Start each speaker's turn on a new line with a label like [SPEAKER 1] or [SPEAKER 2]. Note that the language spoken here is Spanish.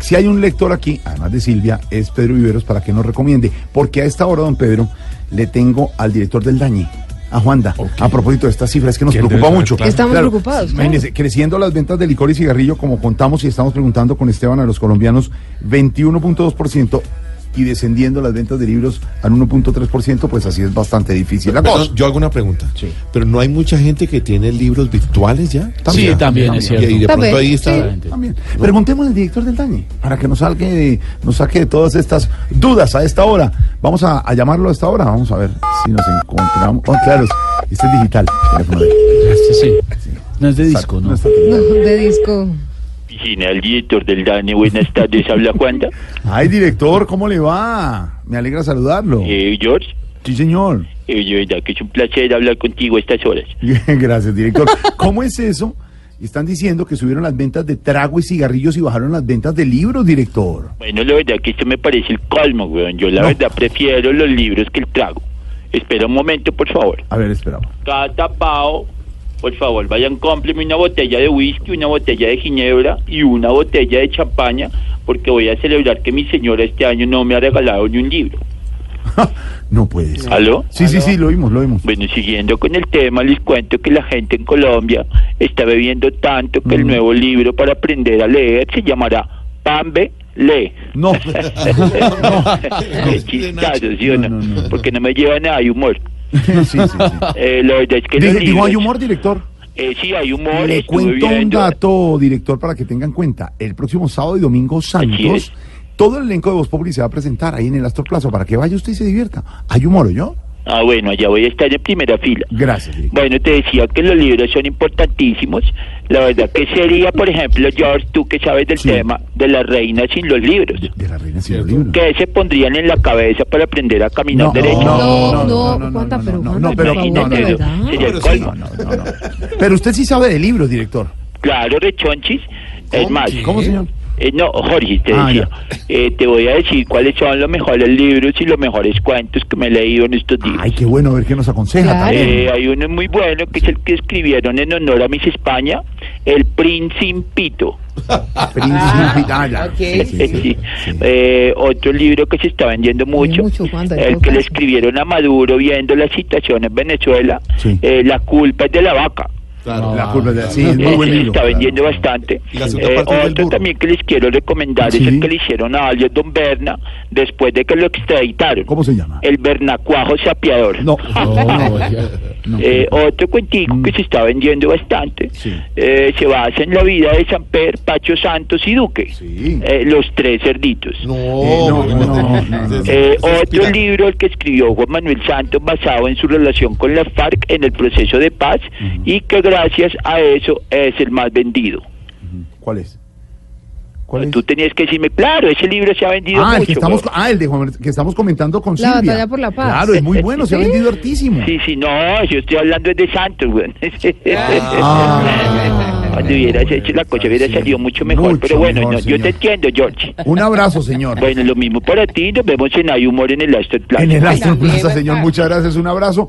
[SPEAKER 1] Si hay un lector aquí, además de Silvia, es Pedro Viveros para que nos recomiende. Porque a esta hora, don Pedro, le tengo al director del Dañi, a Juanda, a propósito de estas cifras que nos preocupa mucho.
[SPEAKER 2] Estamos preocupados, claro.
[SPEAKER 1] imagínese, creciendo las ventas de licor y cigarrillo, como contamos y estamos preguntando con Esteban a los colombianos, 21.2% y descendiendo las ventas de libros al 1.3%, pues así es bastante difícil la
[SPEAKER 3] Perdón,
[SPEAKER 1] cosa.
[SPEAKER 3] yo hago una pregunta. Pero no hay mucha gente que tiene libros virtuales ya.
[SPEAKER 1] También,
[SPEAKER 4] sí, también,
[SPEAKER 1] también.
[SPEAKER 4] es cierto.
[SPEAKER 3] Y de
[SPEAKER 2] También,
[SPEAKER 3] pronto ahí está.
[SPEAKER 4] Este,
[SPEAKER 1] También. Preguntemos al director del Dañi para que nos saque, de- nos saque de todas estas dudas a esta hora. Vamos a, a llamarlo a esta hora. Vamos a ver si nos encontramos. Oh, claro, es- este es digital. el teléfono de-
[SPEAKER 4] Este sí. No es de disco,
[SPEAKER 1] no
[SPEAKER 4] ¿no?
[SPEAKER 1] está-
[SPEAKER 2] No, de disco.
[SPEAKER 5] Oficina, el director del DANE, buenas tardes, habla Juanda.
[SPEAKER 1] Ay, director, ¿cómo le va? Me alegra saludarlo.
[SPEAKER 5] Eh, George,
[SPEAKER 1] Sí, señor.
[SPEAKER 5] eh, de verdad que es un placer hablar contigo a estas horas.
[SPEAKER 1] Bien, Gracias, director. ¿Cómo es eso? Están diciendo que subieron las ventas de trago y cigarrillos y bajaron las ventas de libros, director.
[SPEAKER 5] Bueno, la verdad que esto me parece el colmo, weón. Yo la
[SPEAKER 1] No.
[SPEAKER 5] verdad prefiero los libros que el trago. Espera un momento, por favor.
[SPEAKER 1] A ver, esperamos.
[SPEAKER 5] Cada tapado, por favor, vayan, cómprenme una botella de whisky, una botella de ginebra y una botella de champaña, porque voy a celebrar que mi señora este año no me ha regalado ni un libro.
[SPEAKER 1] No puede ser.
[SPEAKER 5] ¿Aló?
[SPEAKER 1] Sí, sí, sí, lo vimos, lo vimos.
[SPEAKER 5] Bueno, siguiendo con el tema, les cuento que la gente en Colombia está bebiendo tanto que
[SPEAKER 1] Mm.
[SPEAKER 5] el nuevo libro para aprender a leer se llamará Pambe Lee.
[SPEAKER 1] No.
[SPEAKER 5] Qué chistazo, ¿sí o
[SPEAKER 1] No,
[SPEAKER 5] no?
[SPEAKER 1] no, no.
[SPEAKER 5] Porque no me lleva nada de humor.
[SPEAKER 1] sí, sí, sí.
[SPEAKER 5] Eh, la verdad es que los
[SPEAKER 1] Dije- dijo,
[SPEAKER 5] libros-
[SPEAKER 1] ¿hay humor, director?
[SPEAKER 5] Eh, sí, hay humor.
[SPEAKER 1] Le
[SPEAKER 5] estuve
[SPEAKER 1] cuento un
[SPEAKER 5] viendo-
[SPEAKER 1] dato, director, para que tengan cuenta. El próximo sábado y domingo
[SPEAKER 5] es.
[SPEAKER 1] Santos, todo el elenco de Voz Populi se va a presentar ahí en el Astor Plaza para que vaya usted y se divierta. ¿Hay humor, yo?
[SPEAKER 5] Ah, bueno, allá voy a estar en primera fila.
[SPEAKER 1] Gracias, director.
[SPEAKER 5] Bueno, te decía que los libros son importantísimos. La verdad que sería, por ejemplo, George, tú que sabes del
[SPEAKER 1] Sí.
[SPEAKER 5] tema de la reina sin los libros.
[SPEAKER 1] De la reina sin los libros.
[SPEAKER 5] ¿Qué se pondrían en la cabeza para aprender a caminar derecho?
[SPEAKER 2] No, no, Juanda, pero
[SPEAKER 1] no, no, pero,
[SPEAKER 2] Juanda,
[SPEAKER 1] no,
[SPEAKER 2] por
[SPEAKER 1] no,
[SPEAKER 2] favor, de
[SPEAKER 1] no,
[SPEAKER 2] verdad.
[SPEAKER 1] no,
[SPEAKER 5] Sería
[SPEAKER 1] pero sí,
[SPEAKER 5] el colmo.
[SPEAKER 1] no, no, no, no. Pero usted sí sabe de libros, director.
[SPEAKER 5] Claro, rechonchis. Es más,
[SPEAKER 1] ¿Cómo, señor?
[SPEAKER 5] eh, no, Jorge, te
[SPEAKER 1] Ah,
[SPEAKER 5] decía, eh, te voy a decir cuáles son los mejores libros y los mejores cuentos que me he leído en estos días.
[SPEAKER 1] Ay, qué bueno, a ver qué nos aconseja.
[SPEAKER 2] Claro.
[SPEAKER 1] también.
[SPEAKER 5] Eh, hay uno muy bueno que es el que escribieron en honor a Miss España, El Principito. eh,
[SPEAKER 1] Príncipe- ah, ya, sí, sí, sí,
[SPEAKER 5] Sí.
[SPEAKER 1] sí.
[SPEAKER 5] Eh, otro libro que se está vendiendo mucho,
[SPEAKER 2] mucho, Juanda, en
[SPEAKER 5] el
[SPEAKER 2] todo
[SPEAKER 5] que le
[SPEAKER 2] caso.
[SPEAKER 5] escribieron a Maduro viendo la situación en Venezuela,
[SPEAKER 1] Sí.
[SPEAKER 5] eh, La culpa es de la vaca.
[SPEAKER 1] La curva de... Sí, es muy
[SPEAKER 5] Ese
[SPEAKER 1] buen libro.
[SPEAKER 5] Este se Eh, está
[SPEAKER 1] claro.
[SPEAKER 5] vendiendo bastante. Eh,
[SPEAKER 3] Y la segunda parte es del
[SPEAKER 5] otro
[SPEAKER 3] burro.
[SPEAKER 5] también que les quiero recomendar es
[SPEAKER 1] Sí.
[SPEAKER 5] el que le hicieron a Alias Don Berna después de que lo extraditaron.
[SPEAKER 1] ¿Cómo se llama?
[SPEAKER 5] El Bernacuajo Sapiador.
[SPEAKER 1] No. No.
[SPEAKER 5] Eh, otro cuentico que se está vendiendo bastante
[SPEAKER 1] Sí.
[SPEAKER 5] eh, se basa en la vida de Samper, Pacho Santos y Duque,
[SPEAKER 1] Sí.
[SPEAKER 5] Eh, los tres cerditos.
[SPEAKER 3] No,
[SPEAKER 1] Eh, no, no, no, no, no.
[SPEAKER 5] Eh,
[SPEAKER 3] Ese es
[SPEAKER 5] otro
[SPEAKER 3] pirata.
[SPEAKER 5] libro el que escribió Juan Manuel Santos basado en su relación con la FARC en el proceso de paz y que gracias a eso es el más vendido.
[SPEAKER 1] ¿Cuál es? ¿Cuál es?
[SPEAKER 5] Tú tenías que decirme, claro, ese libro se ha vendido
[SPEAKER 1] Ah, el
[SPEAKER 5] mucho.
[SPEAKER 1] que estamos,
[SPEAKER 5] weón".
[SPEAKER 1] ah, el de Juan- que estamos comentando con
[SPEAKER 2] La
[SPEAKER 1] Silvia.
[SPEAKER 2] batalla por la paz.
[SPEAKER 1] Claro, es muy bueno, se ha
[SPEAKER 2] ¿Sí?
[SPEAKER 1] vendido hartísimo.
[SPEAKER 5] Sí, sí, no, yo estoy hablando es de Santos, weón.
[SPEAKER 1] Ah.
[SPEAKER 5] Cuando hubieras hecho la cosa hubiera salido mucho mejor.
[SPEAKER 1] Mucho
[SPEAKER 5] pero bueno,
[SPEAKER 1] mejor,
[SPEAKER 5] no, yo
[SPEAKER 1] señor.
[SPEAKER 5] te entiendo, George.
[SPEAKER 1] Un abrazo, señor.
[SPEAKER 5] Bueno, lo mismo para ti, nos vemos en Hay Humor en el Astor Plaza.
[SPEAKER 1] en el Aston Plaza, señor, muchas gracias, un abrazo.